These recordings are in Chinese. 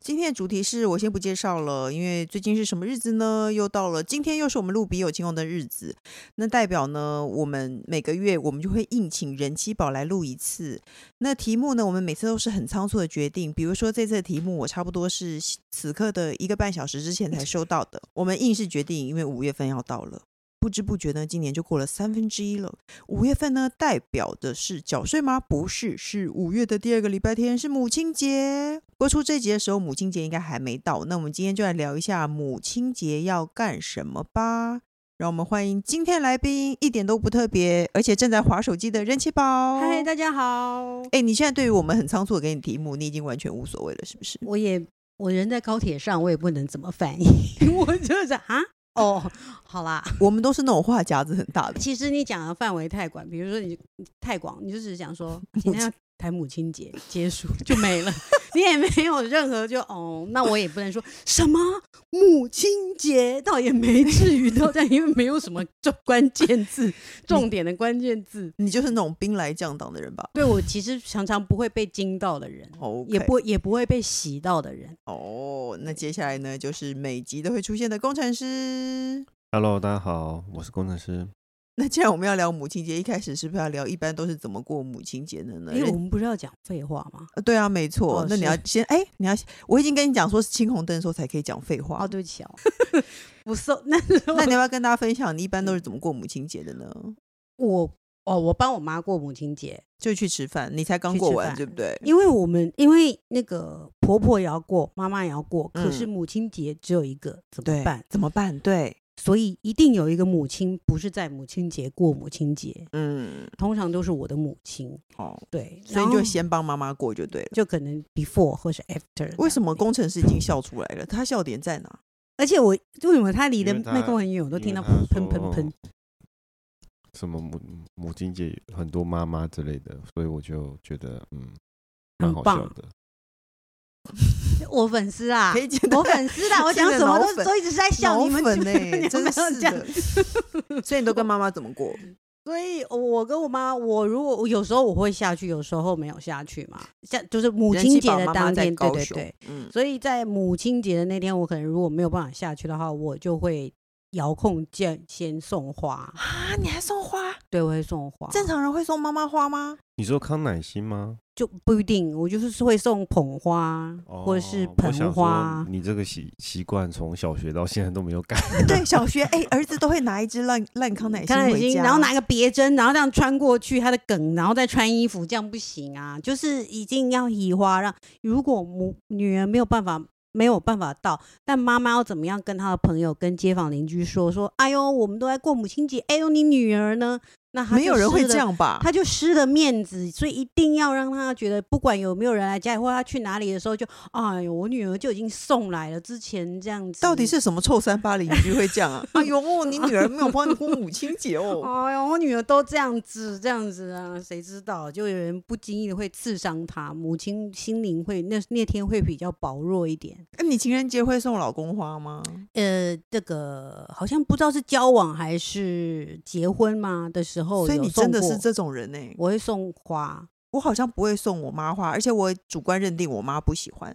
今天的主题是我先不介绍了，因为最近是什么日子呢？又到了今天，又是我们录笔友金融的日子。那代表呢，我们每个月我们就会应请人妻宝来录一次。那题目呢，我们每次都是很仓促的决定。比如说这次的题目，我差不多是此刻的一个半小时之前才收到的。我们硬是决定，因为五月份要到了。不知不觉呢，今年就过了三分之一了。五月份呢，代表的是缴税吗？不是，是五月的第二个礼拜天，是母亲节。播出这集的时候，母亲节应该还没到。那我们今天就来聊一下母亲节要干什么吧。让我们欢迎今天来宾，一点都不特别，而且正在划手机的人气宝。嗨，大家好。哎、你现在对于我们很仓促的给你题目，你已经完全无所谓了，是不是？我也我人在高铁上，我也不能怎么反应， 我就是啊，哦，好啦。我们都是那种话匣子很大的，其实你讲的范围太广，比如说你太广，你就只是讲说今天要谈 母亲节结束就没了， 你也没有任何就哦，那我也不能说什么母亲节，倒也没至于到这样，因为没有什么重关键字、重点的关键字。你就是那种兵来将挡的人吧？对我其实常常不会被惊到的人，哦、也不也不会被洗到的人。哦。那接下来呢，就是每集都会出现的工程师。 Hello，大家好，我是工程师。那既然我们要聊母亲节，一开始是不是要聊一般都是怎么过母亲节的呢？因为人我们不是要讲废话吗？呃对啊，没错。哎哦那你是要先哎、你要先我已经跟你讲说是青红灯的时候才可以讲废话。哦，对不起 哦，不送。那时候那你要不要跟大家分享你一嗯般都是怎么过母亲节的呢？我哦，我帮我妈过母亲节，就去吃饭，你才刚去过吃完，饭对不对？因为我们因为那个婆婆也要过，妈妈也要过，可是嗯母亲节只有一个，怎么办？怎么办？对，所以一定有一个母亲不是在母亲节过母亲节，嗯，通常都是我的母亲。哦，对，所以然你就后先帮妈妈过就对了。就可能 before 或是 after。为什么？工程师已经笑出来了？他笑点在哪？而且我为什么她离因的为她麦克风很远，我都听到因为他砰砰说砰。什么母母亲节很多妈妈之类的，所以我就觉得嗯，很蛮好笑棒的。砰我粉丝啊，可以简单 我粉丝啦，我真讲的什么脑都粉都一直在笑脑你们，粉你呢、 们有没真有是这样的。 所以你都跟妈妈怎么 过？所以，我跟我妈，我如果我有时候我会下去，有时候没有下去嘛。像就是母亲节人气宝的妈妈当在天，高对对雄对。，嗯，所以在母亲节的那天，我可能如果没有办法下去的话，我就会遥控键先送花，啊，你还送花？对，我会送花。正常人会送妈妈花 吗？你说康乃馨吗？就不一定，我就是会送捧花、或者是哦我想盆说花。你这个习习惯从小学到现在都没 有改。对，小学哎、儿子都会拿一支烂烂康乃馨康乃回馨，家，然后拿个别针，然后这样穿过去它的梗，然后再穿衣服，这样不行啊！就是一定要移花让。如果母女儿没有办法，没有办法到，但妈妈要怎么样跟她的朋友、跟街坊邻居说说？哎呦，我们都在过母亲节，哎呦，你女儿呢？那她没就有人会失了这。样吧？她就失了面子，所以一定要让她觉得，不管有没有人来家里，或她去哪里的时候就，哎呦，我女儿就已经送来了。之前这样子，到底是什么臭三八邻居会这样 啊？哎呦，你女儿没有帮你过母亲节 哦。哎呦，我女儿都这样子，这样子啊，谁知道？就有人不经意的会刺伤她，母亲心灵会那那天会比较薄弱一点。哎你情人节会送老公花吗？呃，这个好像不知道是交往还是结婚嘛的时候，所以有你送真的是过，这种人欸呢、我会送花。我好像不会送我妈花，而且我主观认定我妈不喜欢。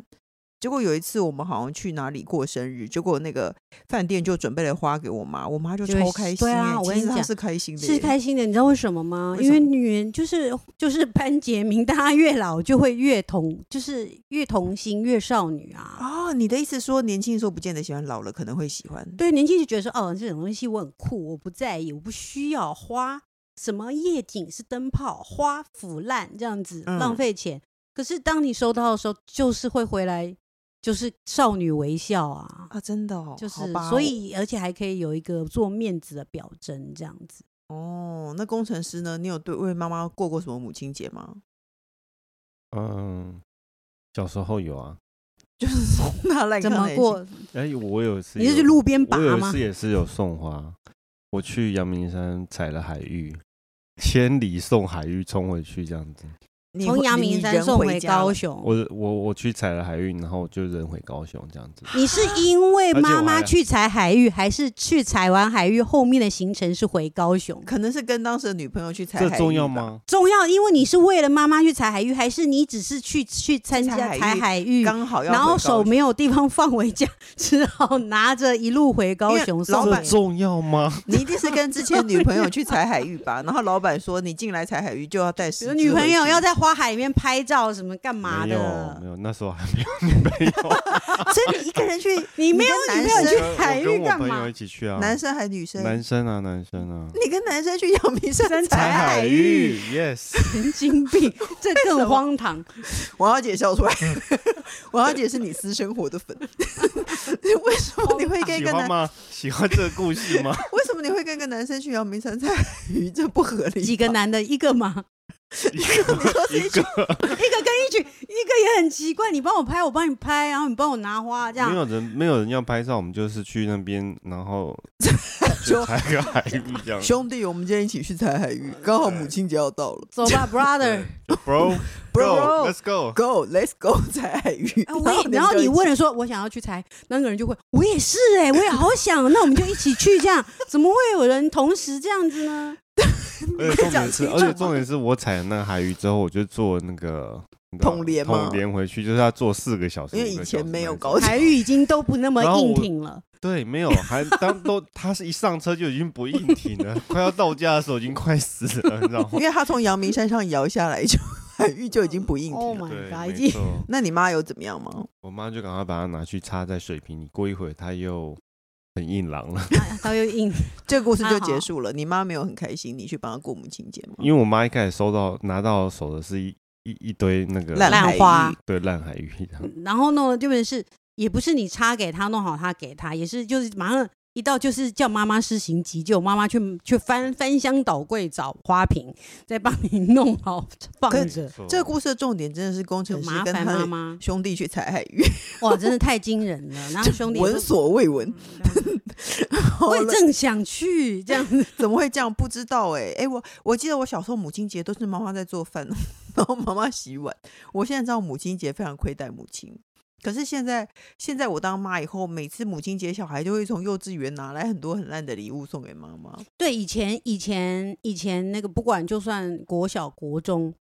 结果有一次我们好像去哪里过生日，结果那个饭店就准备了花给我妈，我妈就就会超开心对耶、啊我跟其实你她讲是开心的耶，是开心的，你知道为什么吗？为因什为么女人就是就是潘杰明，大家越老就会越童，就是越童心越少女啊。哦，你的意思说年轻的时候不见得喜欢，老了可能会喜欢。对，年轻就觉得说，哦，这种东西我很酷，我不在意，我不需要花什么夜景是灯泡，花腐烂这样子、嗯浪费钱。可是当你收到的时候，就是会回来，就是少女微笑啊，啊，真的哦，就是好吧所以而且还可以有一个做面子的表征这样子。哦，那工程师呢？你有对为妈妈过过什么母亲节吗？ 嗯，小时候有啊。就是送她来怎看么那些？过？哎，我有一次你是有去路边拔我有一吗次？也是有送花。我去阳明山采了海芋，千里送海芋冲回去这样子。你从回阳你明山人送回回家高了雄。我我我去踩了海运，然后就人回高雄这样子。你是因为而且我妈妈还去采海域，还是去采完海域后面的行程是回高雄？可能是跟当时的女朋友去采这海重域要吧？吗？重要，因为你是为了妈妈去采海域，还是你只是去去参加采海域采海域？刚好要然回后高手雄没有地方放回家，只好拿着一路回高因为雄老送板来这。重要吗？ 你一定是跟之前女朋友去采海域吧？然后老板说你进来采海域就要带比十如只女朋友回去要在花海里面拍照，什么干嘛没有没的？有，那时候还没有女朋友，所以你一个人 去，你没有跟男女朋友生去我海跟域我干朋友嘛一？起去啊，男生还女生？ 男生啊，男生啊，你跟男生去阳明山采采海海，域，yes，神经病，这 更荒唐。王小姐笑出来。 王小姐是你私生活的粉， 为什么你会跟一喜个欢男？吗？ 喜欢这个故事吗？为什么你会跟一个男生去阳明山采海域？这不合理。几个？男的，一个吗？一个是一一一个，个跟一群，一个也很奇怪。你帮我拍，我帮你拍，然后你帮我拿花，这没样有人没有人要拍照，我们就是去那边，然后说就采个海域这样。兄弟，我们今天一起去采海域，刚好母亲节要到了走吧，brother。 Bro, Bro bro, let's go。 ，Go let's go 采海 域。哎，我也，们然后就一你起问了说，我想要去采，那个人就会，我也是哎、我 也好想，那我们就一起去这样，怎么会有人同时这样子呢？而且 重点是，你讲清楚而且重点是我踩了那个海域之后，我就坐那个那个统联吗统联回去，就是要坐四个小时，因为五个以前小时没有那种高铁海域已经都不那么然后硬我挺了，对，没有，还当都他是一上车就已经不硬挺了，快要到家的时候已经快死了，你知道吗因？为他从阳明山上摇下来就海域就已经不硬挺 Oh 了。对 my god，已没经错，那你妈有怎么样吗？我妈就赶快把它拿去插在水瓶里，过一会儿它又很硬朗了。 啊稍微硬。这个故事就啊还好结束了。你妈没有很开心，你去帮她过母亲节吗？因为我妈一开始收到拿到手的是一一一堆那个烂烂海花芋对烂海芋这样，然后弄了就是也不是你插给他弄好，他给他也是就是马上一到就是叫妈妈施行急救，妈妈去去翻翻箱倒柜找花瓶，再帮你弄好放可着。哦这个故事的重点真的是工就程师麻跟烦他妈的妈，兄弟去采海域，哇，真的太惊人了！然后兄弟也闻说，所未闻。 好啊我也了正想去这样子，怎么会这样？不知道哎、欸、哎、我我记得我小时候母亲节都是妈妈在做饭， 然后妈妈洗碗。我现在知道母亲节非常亏待母亲，可是现在现在我当妈以后，每次母亲节小孩就会从幼稚园拿来很多很烂的礼物送给妈妈，对，以前以前以前那个不管就算国小国中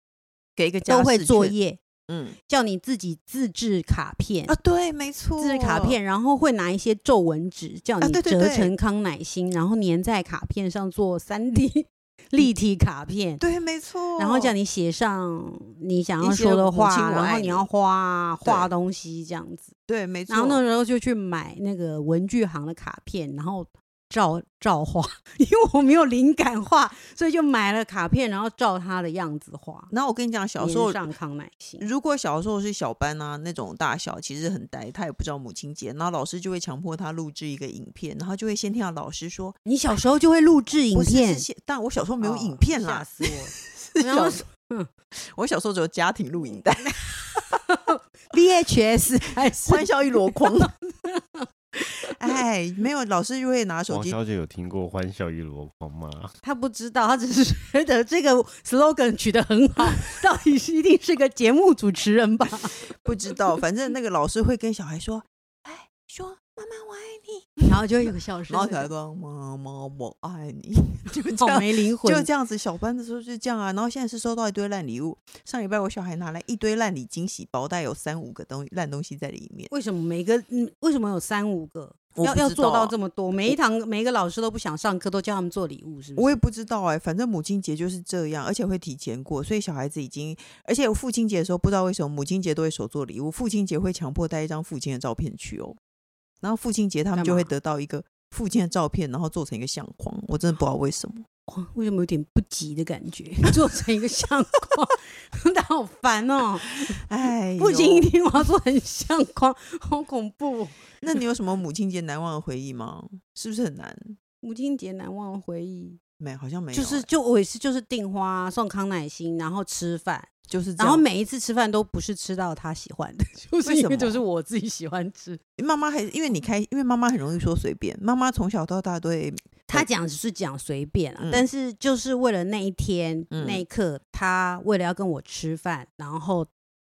给一个家都会事作券，业，嗯叫你自己自制卡片啊，对，没错，自制卡片，然后会拿一些皱纹纸，叫啊你对对折对成康乃馨，然后粘在卡片上做三 D 立体卡片，嗯对，没错，然后叫你写上你想要你写说的母亲话，我然后爱你你要画对画东西这样子。对，没错，然后那时候就去买那个文具行的卡片，然后照照画， 因为我没有灵感画，所以就买了卡片，然后照它的样子画。然后我跟你讲，小时粘候上康乃馨，如果小时候是小班啊那种大小，其实很呆，他也不知道母亲节，然后老师就会强迫他录制一个影片，然后就会先听到老师说你小时候就会录制影不是片是，现但我小时候没有哦影片吓啦，死我！是 然小后时我小时候只有家庭录影带， VHS 还是欢笑一箩 筐。哎，没有，老师就会拿手王机。小姐有听过《欢笑一箩筐》吗？他不知道，他只是觉得这个 slogan 取得很好， 到底是一定是个节目主持人 吧？不知道，反正那个老师会跟小孩说：“哎，说妈妈我爱你。然后就有个笑”声，然后小孩说：“妈妈我爱 你。”就这好样。没灵魂，就这样子，小班的时候就这样啊。然后现在是收到一堆烂礼物。上礼拜我小孩拿来一堆烂礼惊喜包，大概有三五个东西烂东西在里面。为什么每个嗯，为什么有三五个？我要不要知做道到啊这么多，每一堂每一个老师都不想上课，都叫他们做礼物，是不是？我也不知道哎、反正母亲节就是这样，而且会提前过，所以小孩子已经，而且我父亲节的时候不知道为什么母亲节都会手做礼物，父亲节会强迫带一张父亲的照片去哦，然后父亲节他干们就会嘛得到一个父亲的照片，然后做成一个相框，我真的不知道为什么。哇为什么有点不急的感觉？ 做成一个相框， 他好烦哦！ 哎呦，不经一听我要做成相框，好恐怖、哦那你有什么母亲节难忘的回忆吗？是不是很难？母亲节难忘的回忆，没，好像没有欸、就是就我也是就是订花啊送康乃馨，然后吃饭，就是这然后样每一次吃饭都不是吃到他喜欢的， 就是为因什为就是么我自己喜欢吃。妈妈还因为你开，因为妈妈很容易说随便。妈妈从小到大对他讲是讲随便啊，嗯但是就是为了那一天、嗯那一刻，他为了要跟我吃饭，然后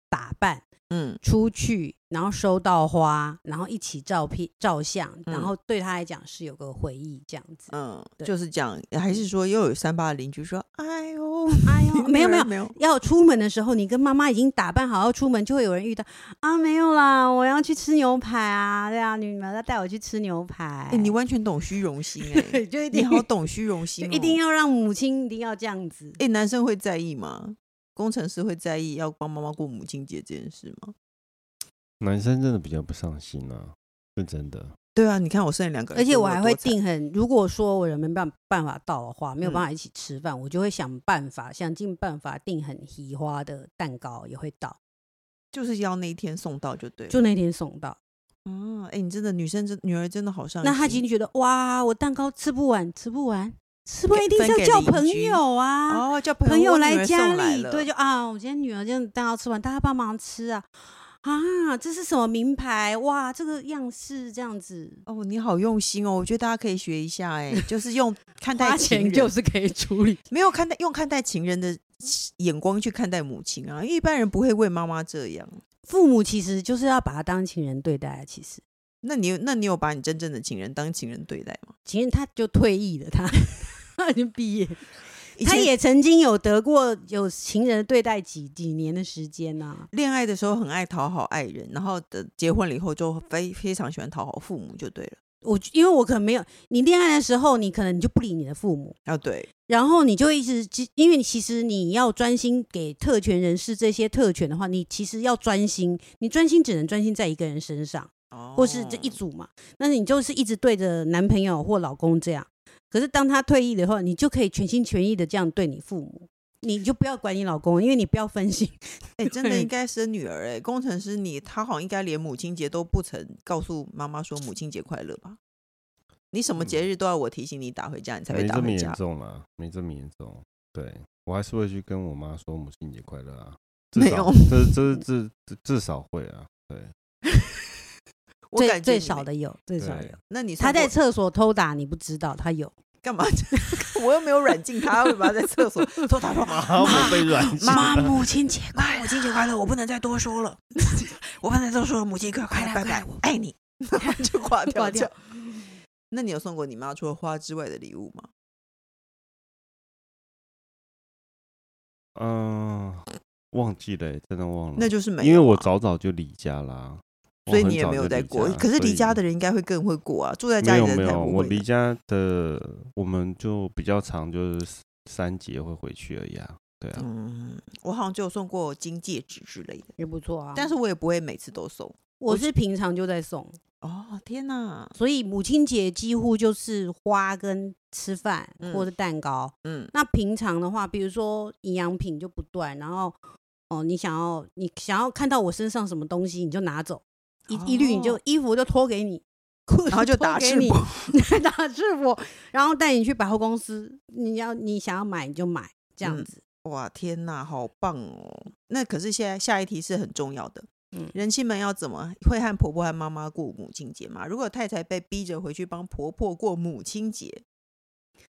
打扮嗯出去，然后收到花，然后一起照片照相，嗯然后对他来讲是有个回忆这样子。嗯，对就是讲，还是说又有三八的邻居说，哎呦，哎呦， 没有没有。没有，要出门的时候，你跟妈妈已经打扮好要出门，就会有人遇到啊，没有啦，我要去吃牛排啊，对啊，你们要带我去吃牛排，哎，你完全懂虚荣 心哎，对，就你一定好懂虚荣心就哦，一定要让母亲一定要这样子。哎，男生会在意吗？工程师会在意要帮妈妈过母亲节这件事吗？男生真的比较不上心啊，是真的。对啊，你看我剩两个，而且我还会定，定很，如果说我人没办办法到的话，没有嗯办法一起吃饭，我就会想办法，想尽办法订很奇花的蛋糕也会到，就是要那一天送到就对了。就那天送到。啊，哎，你真的女生真女儿真的好上心，那他已经觉得哇，我蛋糕吃不完，吃不完，吃不完一定分是要给叫邻居朋友啊。哦叫朋友友我女来儿家送来里，了对，就啊，我今天女儿这样蛋糕吃完，大家帮忙吃啊啊，这是什么名牌哇？这个样式这样子，哦，你好用心哦，我觉得大家可以学一下， 哎，就是用看待花情钱人，就是可以处 理。没有看待用看待情人的眼光去看待母亲啊，因为一般人不会为妈妈这样。父母其实就是要把他当情人对待，啊其实那你有那你有把你真正的情人当情人对待吗？情人他就退役了，他 他已经毕业，以他前也曾经有得过有情人对待几几年的时间呐、恋爱的时候很爱讨好爱人，然后的结婚了以后就非非常喜欢讨好父母，就对了。我因为我可能没有你恋爱的时候，你可能你就不理你的父母，啊，对，然后你就一直，其因为其实你要专心给特权人士这些特权的话，你其实要专心，你专心只能专心在一个人身上，哦或是这一组嘛。那你就是一直对着男朋友或老公这样。可是当他退役了以后，你就可以全心全意的这样对你父母，你就不要管你老公，因为你不要分心。哎、真的对应该生女儿哎、工程师你他好像应该连母亲节都不曾告诉妈妈说母亲节快乐吧？你什么节日都要我提醒你打回家，你才会嗯没打这么回严家。重啦，没这么严重。对我还是会去跟我妈说母亲节快乐啊，没至少有这这这这至少会啊，对我最感觉最你少没，的有，最少有对。。那你送他在过厕所偷打你不知道，他有。干嘛？ 我又没有软禁他，为什么要在厕 所说他说然后我被软禁妈，了，母亲节快乐！母亲节快乐，我不能再多说了，我不能再多说了，母亲节快乐，拜拜，我爱你，就挂掉，挂掉这样。那你有送过你妈除了花之外的礼物吗？嗯，忘记了欸，真的忘了。那就是没有啊，因为我早早就离家啦，所以我很你也早没有就在离过。家可是离家的所以人应该会更会过啊，住在家没里有的没人才有，不我会离呢。家的我们就比较常就是三节会回去而已啊，对啊，嗯，我好像就有送过金戒指之类的， 也不错啊。但是我也不会每次都送。我是平常就在送。哦，天哪，所以母亲节几乎就是花跟吃饭嗯或者蛋糕。嗯那平常的话，比如说营养品就不断，然后哦，你想要你想要看到我身上什么东西，你就拿走，一、一律你就哦衣服就脱给你。 裤子然后就脱打给赤你，膊打赤膊，然后带你去百货公司，你要你想要买你就买，这样嗯子。哇，天呐，好棒哦！那可是现在下一题是很重要的，嗯人妻们要怎么会和婆婆和妈妈过母亲节吗？如果太太被逼着回去帮婆婆过母亲节，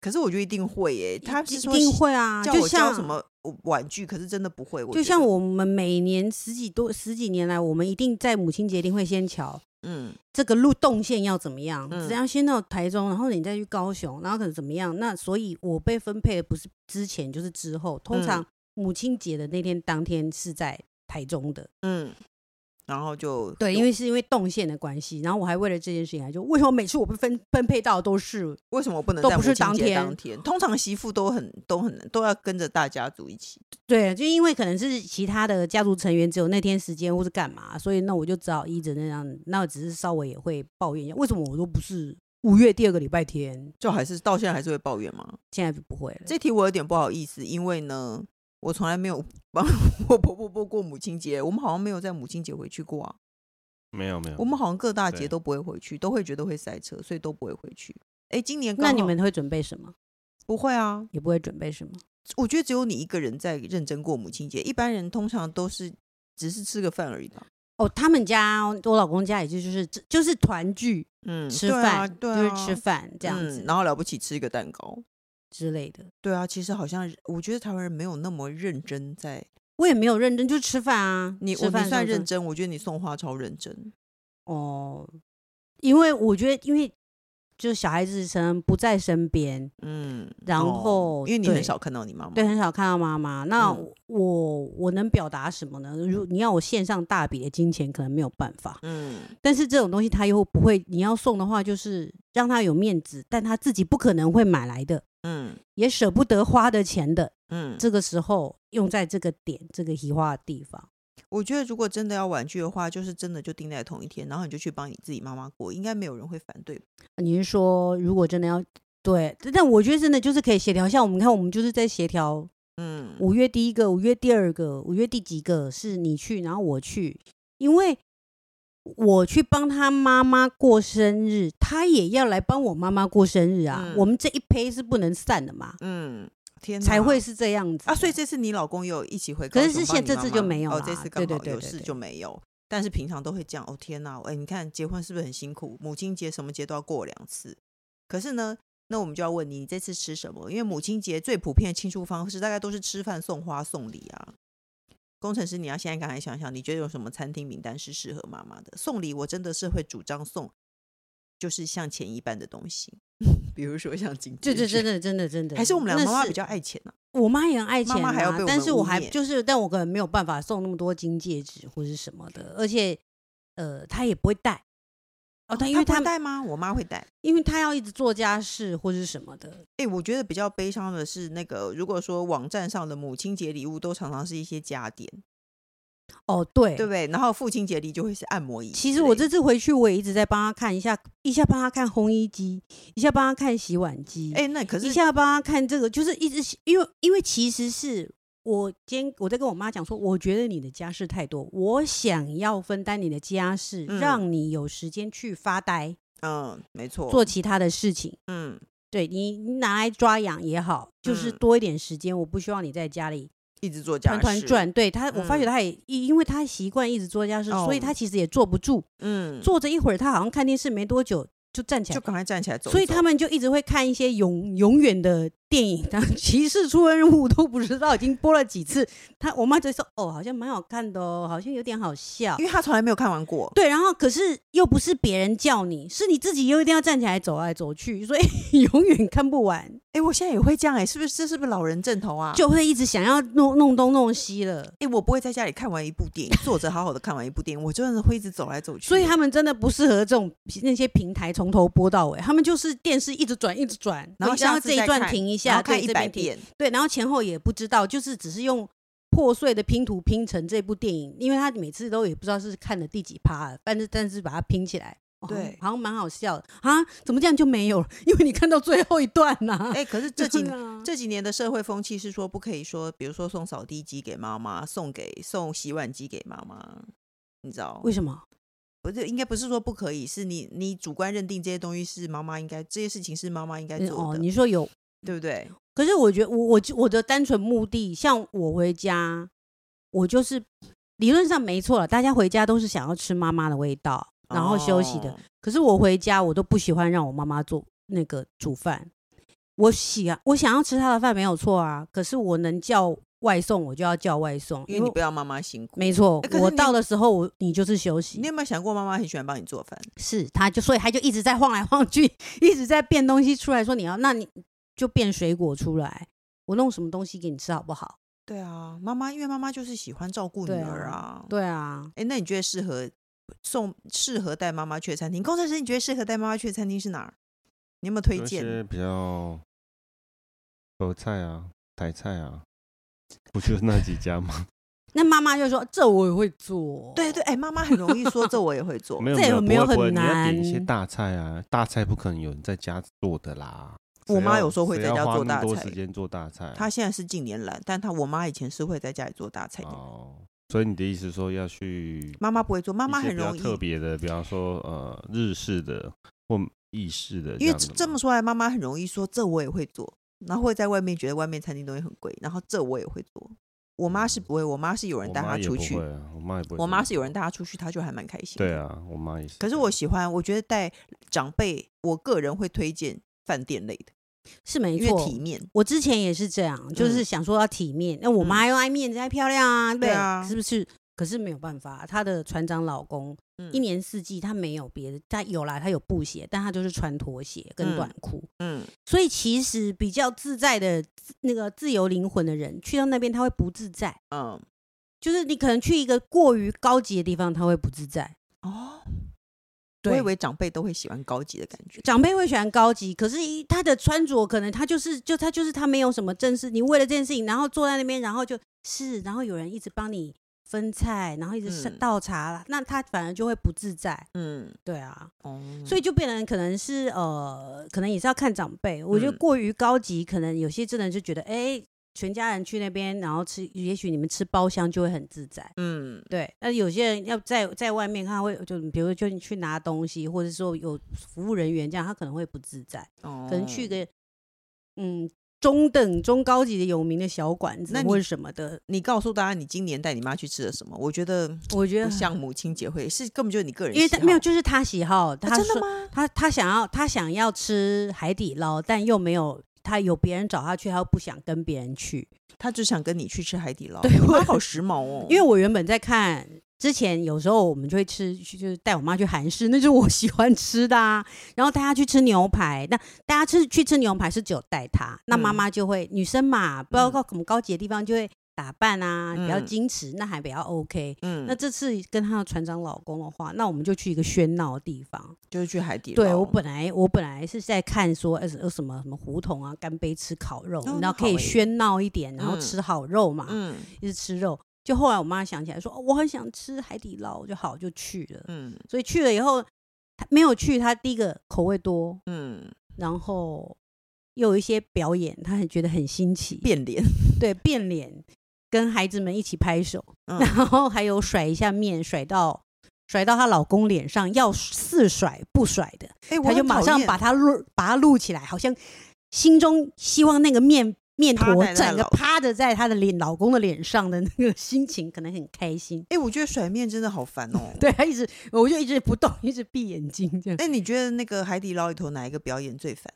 可是我觉得一定会耶、她一是说定会啊，叫就我教像什么呃玩具，可是真的不会。我就觉像得，我们每年十几多十几年来，我们一定在母亲节一定会先瞧嗯这个路动线要怎么样，嗯只要先到台中，然后你再去高雄，然后可能怎么样？那所以我被分配的不是之前就是之后，嗯通常母亲节的那天当天是在台中的，嗯，然后就对，因为是因为动线的关系，然后我还为了这件事情还就为什么每次我被分分配到的都是为什么不能都在不母是亲当节天当天？通常媳妇都很都很都要跟着大家族一起。对，啊就因为可能是其他的家族成员只有那天时间或是干嘛，所以那我就只好依着那样，那只是稍微也会抱怨一下，为什么我都不是五月第二个礼拜天，就还是到现在还是会抱怨吗？现在就不会了。这题我有点不好意思，因为呢，我从来没有帮 我婆婆过过母亲节，我们好像没有在母亲节回去过啊。没有没有，我们好像各大节嗯对都不会回去，都会觉得会塞车，所以都不会回去。哎，今年刚那你好们会准备什么？不会啊？也不会准备什么。我觉得只有你一个人在认真过母亲节，一般人通常都是只是吃个饭而已吧。哦，他们家我老公家也就就是就是团聚，嗯，吃对啊饭对啊，就是吃饭这样嗯子然后了不起吃一个蛋糕。之类的。对啊，其实好像我觉得台湾人没有那么认真在我也没有认真，就是吃饭啊，你，吃我饭你的算时候认真，我觉得你送花超认真。哦，因为我觉得因为。就是小孩子身不在身边，嗯，然哦后因为你很对少看到你妈妈，对，很少看到妈妈。那嗯我我能表达什么呢？如你要我献上大笔的金钱，可能没有办法。嗯，但是这种东西他又不会，你要送的话，就是让他有面子，但他自己不可能会买来的，嗯也舍不得花的钱的。嗯，这个时候用在这个点，这个移花的地方，我觉得如果真的要婉拒的话，就是真的就定在同一天，然后你就去帮你自己妈妈过，应该没有人会反对吧。你是说如果真的要对？但我觉得真的就是可以协调。像我们看，我们就是在协调嗯，五月第一个，五月第二个，五月第几个是你去，然后我去，因为我去帮他妈妈过生日，他也要来帮我妈妈过生日啊。嗯我们这一胚是不能散的嘛，嗯，天才哪会是这样子啊，所以的这次你老公有一起回可高是雄帮你妈妈，是现这次就没有哦，这啦次对刚对好对有对事对就没有。但是平常都会这样，哦天哪，哎，你看结婚是不是很辛苦？母亲节什么节都要过两次。可是呢，那我们就要问你，你这次吃什么？因为母亲节最普遍的庆祝方式，大概都是吃饭、送花、送礼啊。工程师，你要现在赶快想想，你觉得有什么餐厅名单是适合妈妈的？送礼，我真的是会主张送，就是像钱一般的东西， 比如说像金，对对，真，的真的真的，还是我们俩那妈妈是比较，爱钱啊呢、我妈也很爱钱、妈啊，妈还要被我但们是污我还蔑就是，但我可能没有办法送那么多金戒指或是什么的，而且呃，她也不会戴。哦，她因为她她不会带吗？我妈会带。因为她要一直做家事或是什么的，哎、我觉得比较悲伤的是，那个如果说网站上的母亲节礼物都常常是一些家电，哦，对对不对？然后父亲节礼就会是按摩椅之类的。其实我这次回去，我也一直在帮他看一下，一下帮他看烘衣机，一下帮他看洗碗机，哎、那可是一下帮他看这个，就是一直因为因为其实是我今天我在跟我妈讲说，我觉得你的家事太多，我想要分担你的家事，嗯让你有时间去发呆，嗯，没错，做其他的事情。嗯对你，你拿来抓痒也好，就是嗯多一点时间。我不希望你在家里一直做家团团事，转。对他，我发觉嗯他也因因为他习惯一直做家事，所以哦他其实也坐不住。嗯，坐着一会儿，他好像看电视没多久就站起来就，赶快站起来走一走。所以他们就一直会看一些永永远的电影。 他《骑士出任务》都不知道已经播了几次，他我妈就说：“哦，好像蛮好看的哦，好像有点好笑。因为他从来没有看完”过，对，然后可是又不是别人叫你，是你自己又一定要站起来走来走去，所以 永远看不完，哎、我现在也会这样、哎，是不是？这是不是老人症头啊？就会一直想要弄弄东弄西了。哎、我不会在家里看完一部电影，坐着好好的看完一部电影，我真的会一直走来走去。所以他们真的不适合这种那些平台从头播到尾，他们就是电视一直转一直转，然后然下后次这一再段看停一然下，后看对一这百边停遍，对，然后前后也不知道，就是只是用破碎的拼图拼成这部电影，因为他每次都也不知道是看了第几趴了，但是但是把它拼起来，哦对好像蛮好笑的啊！怎么这样就没有了？ 因为你看到最后一段呐、哎、可是这几 真年的啊这几年的社会风气是说，不可以说，比如说送扫地机给妈妈，送给送洗碗机给妈妈，你知道？为什么？不是，应该不是说不可以，是你你主观认定这些东西是妈妈应该，这些事情是妈妈应该嗯做哦，的，你说有，对不对？可是我觉得我我就我的单纯目的，像我回家，我就是理论上没错了，大家回家都是想要吃妈妈的味道，然后休息的。哦可是我回家，我都不喜欢让我妈妈做那个煮饭。我喜啊，我想要吃她的饭没有错啊，可是我能叫外送，我就要叫外送，因为你不要妈妈辛苦。没错哎可，是我你到的时候我你就是休息你，有没有想过，妈妈很喜欢帮你做饭？是她就所以她就一直在晃来晃去，一直在变东西出来，说你要那你就变水果出来，我弄什么东西给你吃好不好？对啊，妈妈，因为妈妈就是喜欢照顾女对儿啊啊。对啊，哎、那你觉得适合送适合带妈妈去的餐厅？工程师，你觉得适合带妈妈去的餐厅是哪儿？你有没有推有一荐？些比较国菜啊、台菜啊， 不就是那几 家吗？那妈妈就说这我也会做，对对，哎、妈妈很容易说，这我也会做。没有这也没有没有不会很不会你要点一些难大菜啊，大菜不可能有人在家做的啦。我谁妈要有时候会谁在要家花做那么大多菜时间做大菜啊。她现在是近年来，但她我妈以前是会在家里做大菜的。哦，所以你的意思是说要去妈妈不会做，妈一妈些很比较容易。特别的，比方说呃日式的或意式的，因为这这么说，说来，妈妈很容易说这我也会做，然后会在外面觉得外面餐厅东西很贵，然后这我也会做。我妈是不会，我妈是有人带她出去嗯我妈也不，会啊，我妈也不会。我妈是有人带她出去，她就还蛮开心。对，啊，我妈也是。可是我喜欢，我觉得带长辈，我个人会推荐饭店类的，是没因为错。体面。我之前也是这样，就是想说要体面，那我妈又爱面子，爱漂亮啊，对嗯不对对啊是不是？可是没有办法，她的船长老公嗯一年四季他没有别的，他有啦，他有布鞋，但他就是穿拖鞋跟嗯短裤，嗯，所以其实比较自在的自那个自由灵魂的人，去到那边他会不自在，嗯，就是你可能去一个过于高级的地方，他会不自在。哦，我对以，为长辈都会喜欢高级的感觉。长辈会喜欢高级，可是一他的穿着可能他就是就他就是他没有什么正式，你为了这件事情，然后坐在那边，然后就是然后有人一直帮你分菜，然后一直是嗯倒茶，那他反而就会不自在。嗯，对啊，哦，所以就变成可能是呃，可能也是要看长辈。我觉得嗯过于高级，可能有些真的就觉得，哎、全家人去那边，然后吃，也许你们吃包厢就会很自在。嗯，对，那有些人要在在外面，他会就比如说就你去拿东西，或者说有服务人员这样，他可能会不自在，哦，可能去个嗯中等中高级的有名的小馆子那你或者什么的，你告诉大家你今年带你妈去吃了什么？我觉得我觉不得像母亲节会是根本就是你个人喜因好，为他没有就是他喜好，啊他真说的吗？他他想要他想要吃海底捞，但又没有。他有别人找他去，他又不想跟别人去，他只想跟你去吃海底捞，对我妈 我好时髦哦，因为我原本在看之前，有时候我们就会吃，去就是带我妈去韩式，那就是我喜欢吃的啊。然后带她去吃牛排，那大家吃去吃牛排是只有带她，那妈嗯妈就会女生嘛，不知道到什么高级的地方就会打扮啊，比较嗯矜持，那还比较 OK。嗯，那这次跟她的船长老公的话，那我们就去一个喧闹的地方。就是去海底捞。对我本来我本来是在看说，呃，有什么什么胡同啊，干杯吃烤肉，哦然那后可以好欸喧闹一点，然后嗯吃好肉嘛。嗯一直吃肉。就后来我妈想起来说，哦，我很想吃海底捞，就好就去了。嗯所以去了以后，她没有去，她第一个口味多，嗯，然后又有一些表演，她很觉得很新奇，变脸，对变脸，跟孩子们一起拍手，嗯 然后还有甩一下面，甩到甩到她老公脸上，要似甩不甩的，哎，我她就很马讨上厌把它录把它录起来，好像心中希望那个面面趴坨在她整个老趴着在她的脸老公的脸上的那个心情，可能很开心。。哎，我觉得甩面真的好烦哦 对，她一直我就一直不动，一直闭眼睛这样。哎，你觉得那个海底捞里头哪一个表演最烦？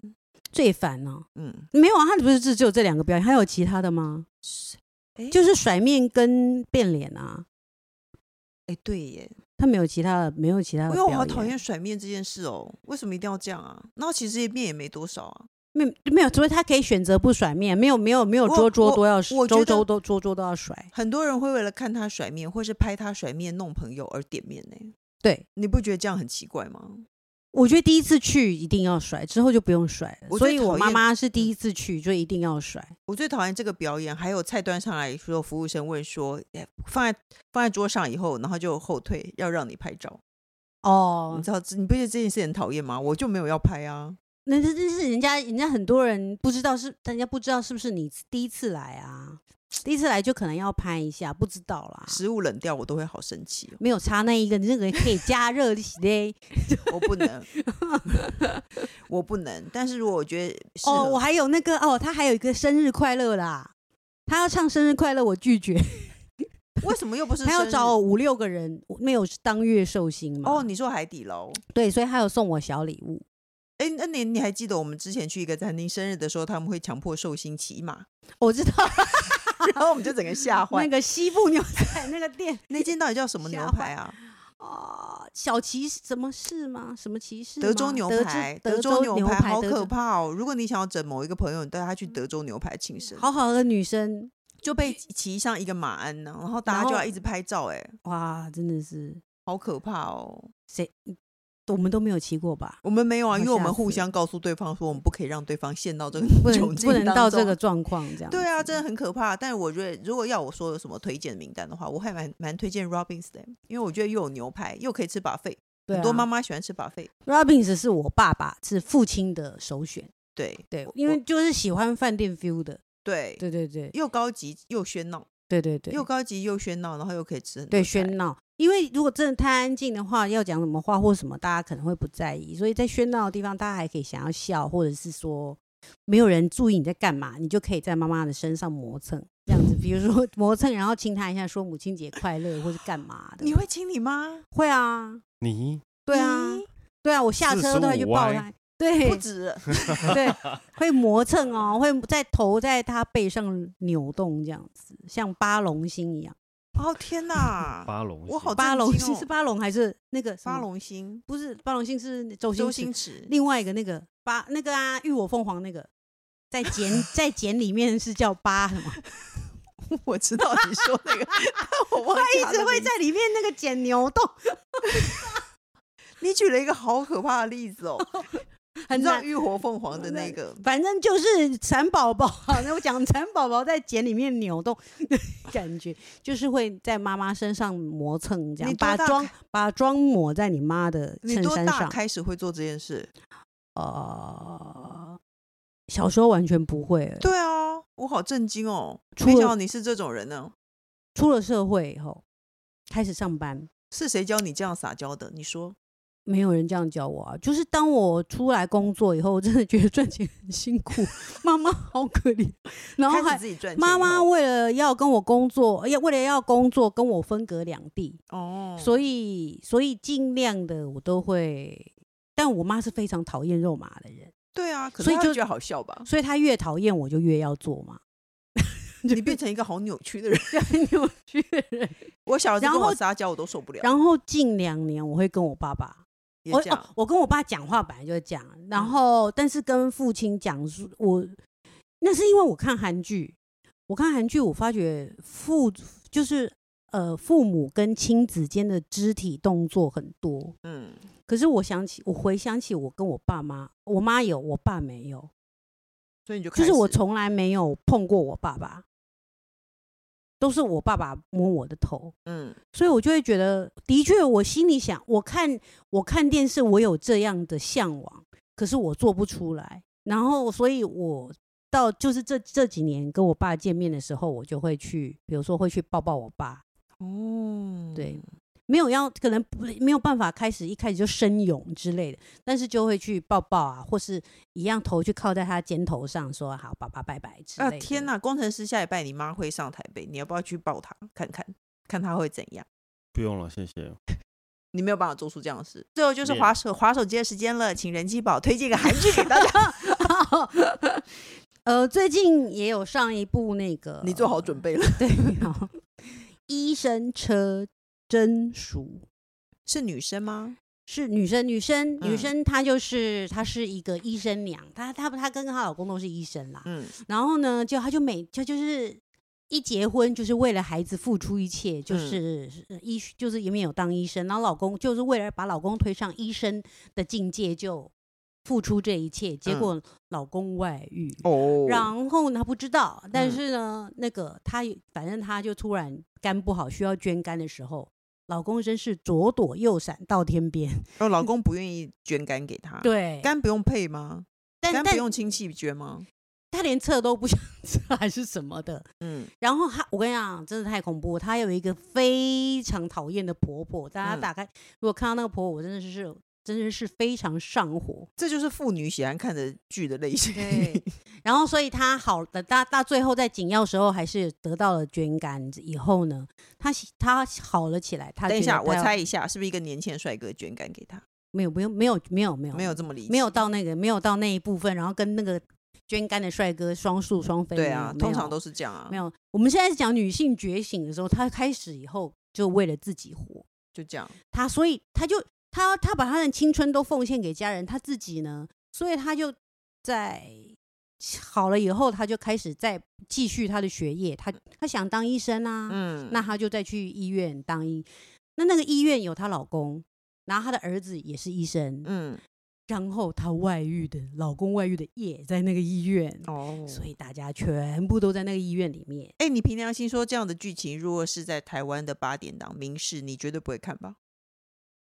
最烦呢、嗯，没有啊，他不是只只有这两个表演，还有其他的吗？哎，就是甩面跟变脸啊，哎，对耶，他没有其他的，没有其他的因表为哎演。我好讨厌甩面这件事哦，为什么一定要这样啊？那其实面也没多少啊。没有没有，除非他可以选择不甩面，没有没有没有我桌桌我都要我觉周周得都桌桌都要甩。很多人会为了看他甩面，或是拍他甩面弄朋友而点面呢，对，你不觉得这样很奇怪吗？我觉得第一次去一定要甩，之后就不用甩了。我所最以我讨妈厌嗯妈是第一次去就一定要甩。我最讨厌这个表演，还有菜端上来说，服务生问说，哎放在放在桌上以后，然后就后退，要让你拍照。哦你，知道这，你不觉得这件事很讨厌吗？我就没有要拍啊。那这这是人家人家很多人不知道是，人家不知道是不是你第一次来啊？第一次来就可能要拍一下，不知道啦。食物冷掉，我都会好生气哦、没有差那一个，你那个可以加热的嘞。我不 能，我不能。但 是如果我觉得适合哦，我还有那个哦，他还有一个生日快乐啦，他要唱生日快乐，我拒绝。为什么又不是他要生日找我五六个人，我没有当月寿星嘛。哦？你说海底捞？对，所以他有送我小礼物。哦哎，那你你还记得我们之前去一个餐厅生日的时候，他们会强迫寿星骑马，我知道然后我们就整个吓啊坏。那个西部牛仔那个店那间到底叫什么牛吓排啊？哦，小骑士什么士吗？什么骑士吗？德州牛德排，之德州牛排好德可州怕哦！如果你想要整某一个朋友，你带他去德州牛排庆生，好好的女生，就被骑上一个马鞍呢、然后大然家就后要一直拍照、哎，哇，真的是好可怕哦！谁？我们都没有骑过吧？我们没有啊，好因为我们吓死互相告诉对方说，我们不可以让对方陷到这个不能窘境不能当到这中个。嗯状况这样。对啊，真的很可怕。但是我觉得，如果要我说有什么推荐名单的话，我还蛮蛮推荐 Robins 的，因为我觉得又有牛排，又可以吃把费、对啊很多妈妈喜欢吃把费。 Robins 是我爸爸，是父亲的首选。对对我，因为就是喜欢饭店 feel 的。对，对对对又高级又喧闹，对对对，又高级又喧闹，然后又可以吃很多对菜喧闹。因为如果真的太安静的话，要讲什么话或什么，大家可能会不在意。所以在喧闹的地方，大家还可以想要笑，或者是说没有人注意你在干嘛，你就可以在妈妈的身上磨蹭。这样子，比如说 磨蹭，然后亲他一下，说母亲节快乐，或是干嘛的。你会亲你妈？会啊？你对啊，咦，对啊，我下车都会去抱他。不对止，对， 会磨蹭哦，会在头在他背上扭动，这样子，像八龙星一样。哦天哪， 八龙我好八龙震惊星哦是八龙还是那个什么发龙星，不是八龙星是周星周驰星驰，另外一个那个八那个啊，浴火凤凰那个， 在简在简里面是叫八什么？ 我知道你说那个，但我忘 他记一直的会名字在。里面那个剪牛洞，你举了一个好可怕的例子哦，你 很知道难。浴火凤凰的那个，反正就是蚕宝宝，那我讲蚕宝宝在茧里面扭动，感觉就是会在妈妈身上磨蹭，这样你多把大妆开把妆抹在你妈的你衬多衫大上。开始会做这件事？呃，小时候完全不会、欸，对啊，我好震惊哦，除没了想到你是这种人呢。出了社会以后开始上班，是谁教你这样撒娇的？你说没有人这样教我啊，就是当我出来工作以后，我真的觉得赚钱很辛苦，妈妈好可怜，然后开始还自己赚钱以哦后，妈妈为了要跟我工作，要为了要工作跟我分隔两地，哦，所以所以尽量的我都会，但我妈是非常讨厌肉麻的人，对啊，可是所以她就觉得好笑吧？所以她越讨厌我就越要做嘛， 你哎变成一个好扭曲的人， 很 扭曲的人。我小时候然后我撒娇我都受不了，然后近两年我会跟我爸爸也我这样哦，我跟我爸讲嗯话本来就是这样，然后、但是跟父亲讲述我，那是因为我看韩剧，我看韩剧我发觉父就是呃父母跟亲子间的肢体动作很多，嗯，可是我想起我回想起我跟我爸妈，我妈有，我爸没有，所以你就就是开我始从来没有碰过我爸爸，都是我爸爸摸我的头。嗯所以我就会觉得，的确，我心里想，我看我看电视，我有这样的向往，可是我做不出来。然后，所以我到就是这这几年跟我爸见面的时候，我就会去，比如说会去抱抱我爸，哦对，没有要可能不没有办法开始一开始就深涌之类的，但是就会去抱抱啊，或是一样头去靠在他肩头上说好，爸爸拜拜之类啊的。天哪！工程师下礼拜你妈会上台北，你要不要去抱她看看，看她会怎样？不用了，谢谢。你没有办法做出这样的事。最后就是练划手划手机的时间了，请人气宝推荐个韩剧给大家。 呃，最近也有上一部那 个，你做好准备了，对，好，医生车真淑 是女生吗？是女生，女生，女嗯生，她就是她是一个医生娘，她她她跟她老公都是医生啦。嗯，然后呢，就她就每她就是一结婚就是为了孩子付出一切，就嗯是、呃医就是也没有当医生，然后老公就是为了把老公推上医生的境界就付出这一切，结嗯果老公外遇。哦然后呢，他不知道，但嗯是呢，那个他也反正他就突然肝不好，需要捐肝的时候，老公真是左躲右闪到天边。 哦，老公不愿意捐肝给她，，对，肝不用配吗？但肝但不用亲戚捐吗？他连测都不想 测还是什么的。嗯，然后他，我跟你讲，真的太恐怖。他有一个非常讨厌的婆婆，大家嗯打开，如果看到那个婆婆，我真的是真的是非常上火。这就是妇女喜欢看的剧的类型。对，然后所以他好的，他到最后在紧要时候还是得到了捐肝以后呢，他喜他好了起来。他等一觉得下，他我要猜一下，是不是一个年轻的帅哥捐肝给她？没有，不用，没有，没有，没有，没有这么理，没有。到那个，没有到那一部分，然后跟那个捐肝的帅哥双宿双飞。对没啊有，通常都是这样啊，没有。我们现在是讲女性觉醒的时候，她开始以后就为了自己活，就这样。她所以她就她她把她的青春都奉献给家人，她自己呢，所以她就在好了以后，她就开始再继续她的学业，她她想当医生啊，嗯，那她就再去医院当医。那那个医院有她老公，然后她的儿子也是医生，嗯然后她外遇的老公外遇的也在那个医院，哦，所以大家全部都在那个医院里面。哎、你凭良心说，这样的剧情如果是在台湾的八点档民视，你绝对不会看吧？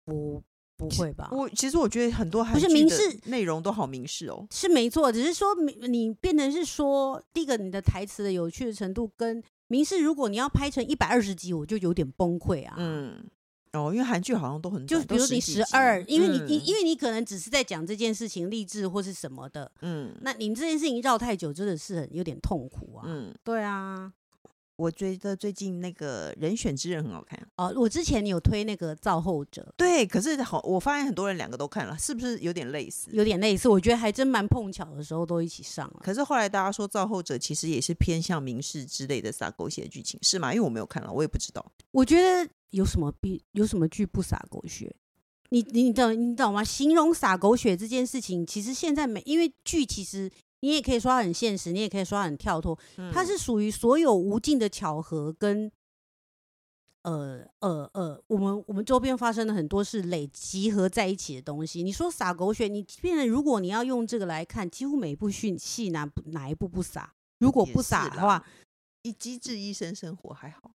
不，不会吧？我其实我觉得很多韩啊不是剧民的视内容都好民视哦。是没错，只是说你你变成是说，第一个你的台词的有趣的程度跟明示，如果你要拍成一百二十集，我就有点崩溃啊。嗯，哦，因为韩剧好像都很就短，是比如你十十嗯二，因为你你、因为为你可能只是在讲这件事情励志或是什么的，嗯那你这件事情绕太久真的是很有点痛苦啊。嗯，对啊，我觉得最近那个人选之人很好看。哦，我之前有推那个《造后者对，可是好，我发现很多人两个都看了，是不是有点类》，似？有点类似，我觉得还真蛮碰巧的时候都一起上了。可是后来大家说《造后者》其实也是偏向民事之类的撒狗血的剧情，是吗？因为我没有看了，我也不知道。我觉得有什么比有什么剧不撒狗血？你你懂你懂吗？形容撒狗血这件事情，其实现在每因为剧其实你也可以说它很现实，你也可以说它很跳脱，嗯它是属于所有无尽的巧合跟呃呃呃，我们我们周边发生的很多事累集合在一起的东西。你说撒狗血，你变成如果你要用这个来看，几乎每部戏戏哪部哪一部不撒？如果也不是撒的啦话，以机智医生生活还好，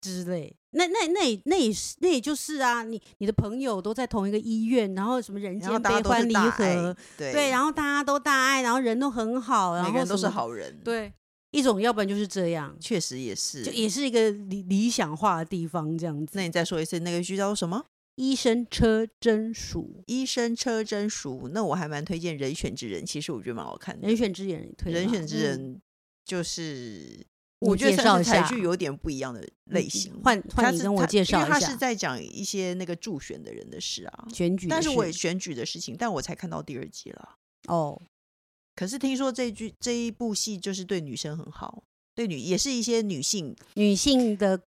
之类。那那那也那也是那也就是啊，你你的朋友都在同一个医院，然后什么人然后间大家悲都是欢离大合爱，，对对，然后大家都大爱，然后人都很好，然每后个人都是什么，好人，，对，一种要不然就是这样，确实也是就。也是一个理理想化的地方这样子。那你再说一次，那个剧叫什么？医生车真属医生车真熟。那我还蛮推荐《人选之人》，其实我觉得蛮好看的，人选之人推的人嘛选之，嗯人》就是你我觉得介算绍一是台下剧有点不一样的类嗯型。换它换你是跟我它介绍因为一他是下在讲一些那个助选的人的事啊。选举的但事，是我也选举的事情，但我才看到第二集了。哦，可是听说这剧这一部戏就是对女生很好，对女也是一些女性，女性的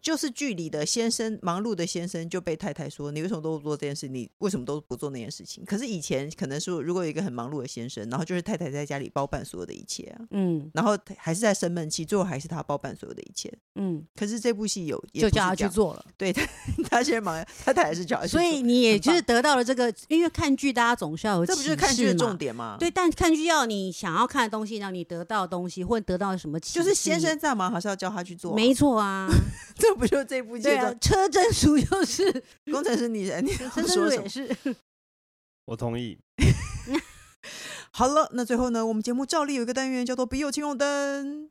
就是剧里的先生忙碌的先生就被太太说：“你为什么都不做这件事？你为什么都不做那件事情？”可是以前可能说，如果有一个很忙碌的先生，然后就是太太在家里包办所有的一切啊，嗯然后他还是在生闷气，最后还是他包办所有的一切。嗯，可是这部戏有也就不叫是她这去样，做了。对他他现在忙，他太太是叫他去所做以你啊也很就棒是得到了这个，因为看剧大家总是要有这不就是启看剧示的重嘛？点吗？对，但看剧要你想要看的东西，让你得到的东西，或得到什么启就是先示生在忙，还是要教他去做啊、没 错啊，这不就是这部剧对啊的，车真淑就是， 工程师你你车要真淑 说什也么？是。我同意。好了，那最后呢，我们节目照例有一个单元叫做“笔友青红灯”，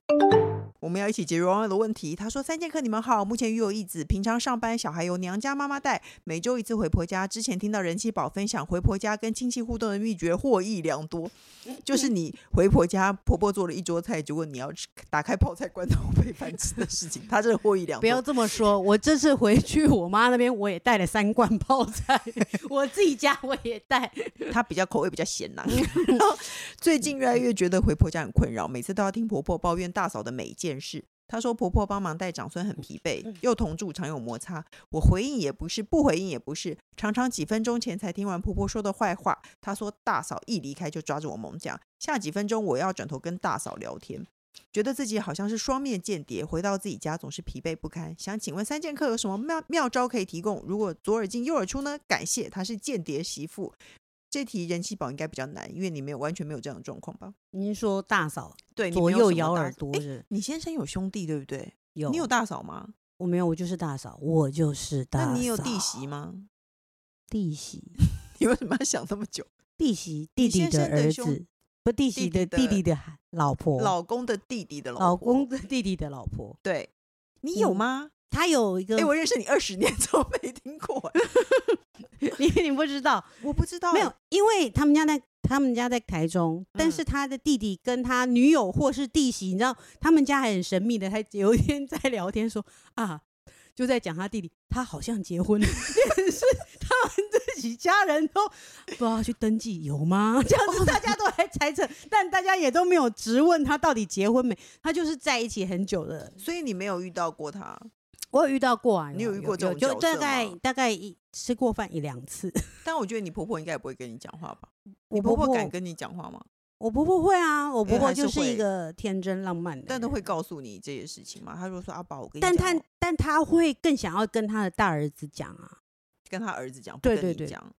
我们要一起解决网友的问题。他说：“三剑客，你们好，目前育有一子，平常上班，小孩由娘家妈妈带，每周一次回婆家。之前听到人气宝分享回婆家跟亲戚互动的秘诀，获益良多。嗯就是你回婆家，婆婆做了一桌菜，结果你要吃打开泡菜罐头 配饭吃的事情，他真的获益良多。不要这么说，我这次回去我妈那边我也带了三罐泡菜， 我自己家我也带。她比较口味比较咸呐、 然后最近越来越觉得回婆家很困扰，每次都要听婆婆抱怨大嫂的每一件事。她说婆婆帮忙带长孙很疲惫，又同住常有摩擦。我回应也不是，不回应也不是，常常几分钟前才听完婆婆说的坏话。她说大嫂一离开就抓着我猛讲，下几分钟我要转头跟大嫂聊天。觉得自己好像是双面间谍，回到自己家总是疲惫不堪。想请问三剑客有什么妙妙招可以提供？如果左耳进右耳出呢？感谢，她是间谍媳妇，这题人气宝应该比较难，因为你没有完全没有这样的状况吧？您说大嫂对，你左没有右什么摇大耳朵诶是你先生有兄弟对不对？有，你有大嫂吗？我没有，我就是大嫂，我就是大嫂。那你有弟媳吗？ 弟媳，你为什么要想那么久？弟媳弟弟先的生的儿兄子，不弟弟媳的的弟弟的孩老婆，老公的弟弟的老婆公的弟弟的老婆，对，你有嗯吗？他有一个哎、， 我认识你二十年， 怎么没听过啊？你你不知道我不知道，没有？因为他们家在他们家在台中，但嗯是他的弟弟跟他女友或是弟媳，你知道他们家还很神秘的，他有一天在聊天说啊。就在讲他弟弟，他好像结婚了， 但是他们自己家人都不知道他去登记有 吗？这样子大家都还猜测，但大家也都没有质问他到底结婚没，他就是在一起很久的所以你没有遇到过他。我有遇到过啊，你有遇过这种就角大色概吗大概一吃过饭一两次。但我觉得你婆婆应该也不会跟你讲话吧？我你婆婆敢跟你讲话吗？我婆婆会啊，我因为婆婆还是就是会一个天真浪漫的，但都会。告诉你这些事情吗？她就说阿宝，我跟你但讲她哦但她会更想要跟她的大儿子讲啊，跟他儿子讲，不对跟对你对讲，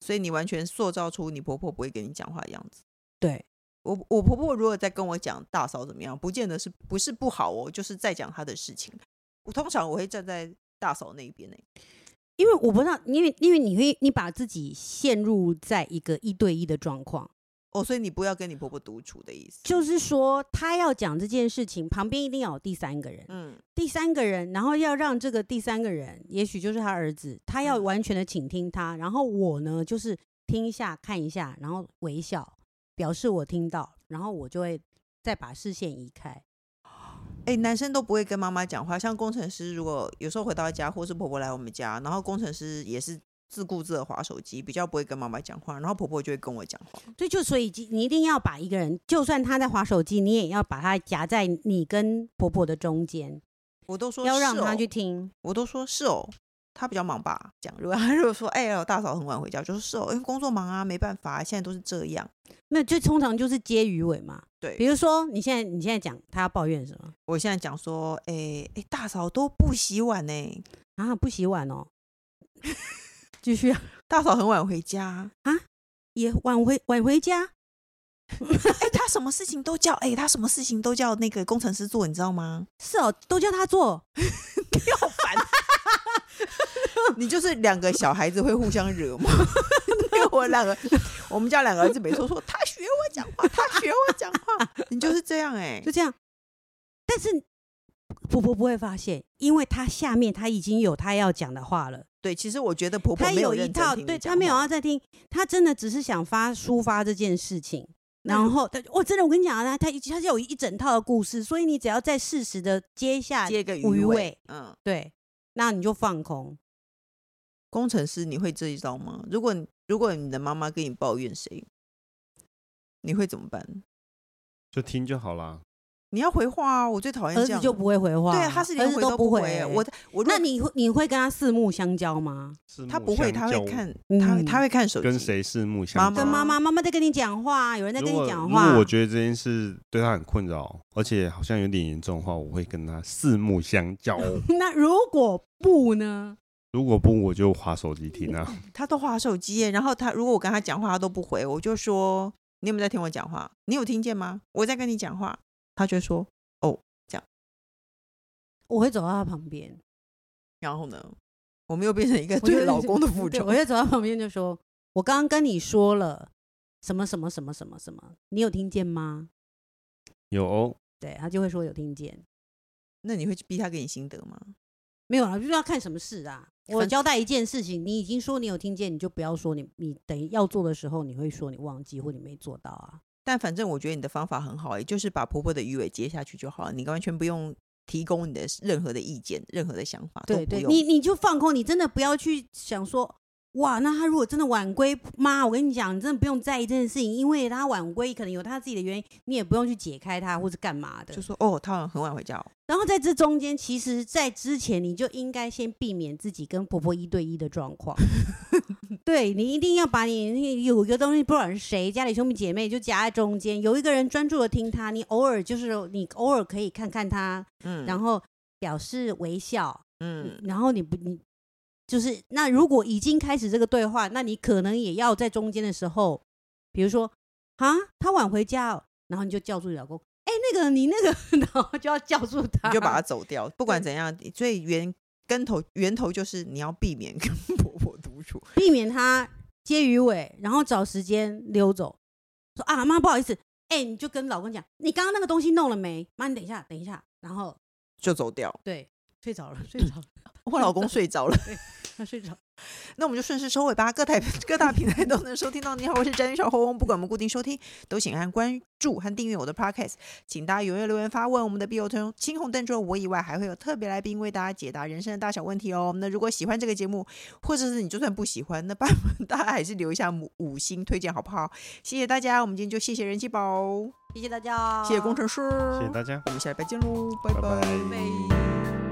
所以你完全塑造出你婆婆不会跟你讲话的样子。对，我我婆婆如果在跟我讲大嫂怎么样，不见得是不是不好哦，就是在讲她的事情。我通常我会站在大嫂那一边呢、欸因为我不知道，因为因为你会你把自己陷入在一个一对一的状况，哦，所以你不要跟你婆婆独处的意思，就是说她要讲这件事情，旁边一定要有第三个人，嗯，第三个人，然后要让这个第三个人，也许就是他儿子，他要嗯完全的倾听他，然后我呢，就是听一下、看一下，然后微笑，表示我听到，然后我就会再把视线移开。哎、男生都不会跟妈妈讲话，像工程师如果有时候回到家，或是婆婆来我们家，然后工程师也是自顾自的划手机，比较不会跟妈妈讲话，然后婆婆就会跟我讲话。对，就所以你一定要把一个人，就算他在划手机，你也要把他夹在你跟婆婆的中间，我都说要让是他哦去听。我都说是哦，他比较忙吧。讲如果他 如果说哎呀大嫂很晚回家，我就说是哦，因为工作忙啊，没办法，现在都是这样。那就通常就是接鱼尾嘛。对比如说你现在你现在讲他要抱怨什么我现在讲说，哎、哎、大嫂都不洗碗呢、啊？不洗碗哦， 继续啊，大嫂很晚回家，啊也晚回晚回家，哎、她什么事情都叫，哎、她什么事情都叫那个工程师做，你知道吗？ 是哦，都叫他做。好烦。你就是两个小孩子会互相惹 吗？因为我两个，我们家两个儿子每次都说他学我讲话，他学我讲话，你就是这样哎、 就这样。但是婆婆不会发现，因为她下面她已经有她要讲的话了，对，其实我觉得婆婆她没有一认真套，听你对讲她没有话要再听，她真的只是想发抒发这件事情。那然后她，我、真的我跟你讲啊，她她是有一整套的故事，所以你只要再适时的接下接个鱼鱼尾，嗯，对，那你就放空。工程师你会这一招吗？如果你如果你的妈妈跟你抱怨谁，你会怎么办？就听就好啦。你要回话啊！我最讨厌儿这子样，就不会回话，啊对，啊他是儿连子回都不回回欸。欸。我我如那果你会你会跟他四目相交吗？四他目不会，相他交会看他嗯他会看手机，跟谁四目相妈跟妈妈，妈妈在跟你讲话，有人在如跟果你讲如果话。我觉得这件事对他很困扰，而且好像有点严重的话，我会跟他四目相 交。那如果不呢？如果不，我就划手机听啊。他都划手机耶，然后他如果我跟他讲话，他都不回，我就说你有没有在听我讲话？你有听见吗？我在跟你讲话。他就说，我会走到他旁边，然后呢，我们又变成一个我就对老 公的复对仇我。会走到旁边就说：“我刚刚跟你说了什么什么什么什么什么，你有听见吗有哦，？”对他就会说有听见，那你会逼他给你心得吗？没有啦，就是要看什么事啊。我反交代一件事情，你已经说你有听见，你就不要说你你等于要做的时候，你会说你忘记或你没做到啊。但反正我觉得你的方法很好、也就是把婆婆的鱼尾接下去就好了，你完全不用提供你的任何的意见、任何的想法，都对不对，用你你就放空，你真的不要去想说，哇，那他如果真的晚归，妈，我跟你讲，你真的不用在意这件事情，因为他晚归可能有他自己的原因，你也不用去解开他或是干嘛的就。说哦，她好像很晚回家、哦，然后在这中间，其实，在之前你就应该先避免自己跟婆婆一对一的状况。 对你一定要把你你有一个东西，不管是谁，家里兄弟姐妹就夹在中间，有一个人专注的听他，你偶尔就是你偶尔可以看看他，嗯，然后表示微笑，嗯，然后你不你就是那如果已经开始这个对话，那你可能也要在中间的时候，比如说啊，他晚回家、哦，然后你就叫住你老公，哎、那个你那个， 然后就要叫住他，你就 把它走掉，不管怎样，所以源跟头源头就是你要避免跟 婆婆独处，避免他接鱼尾，然后找时间溜走，说啊妈不好意思，哎、你就跟老公讲，你刚刚那个东西弄了没？妈你等一下，等一下，然后就走掉。对睡着了，睡着了，我老 公睡着了，他睡着了。那我们就顺势收尾吧。各台各大平台都能收听到。你好，我是詹小红。不管我们固定收听，都请按关注和订阅我的 podcast。请大家踊跃留言发问。我们的必有通青红灯除了我以外，还会有特别来宾为大家解答人生的大小问题哦。那如果喜欢这个节目，或者是你就算不喜欢，那拜托大家还是留一下五五星推荐好不好？谢谢大家，我们今天就谢谢人气宝，谢谢大家，哦谢谢工程师，谢谢大家。我们下礼拜见喽，拜拜拜拜拜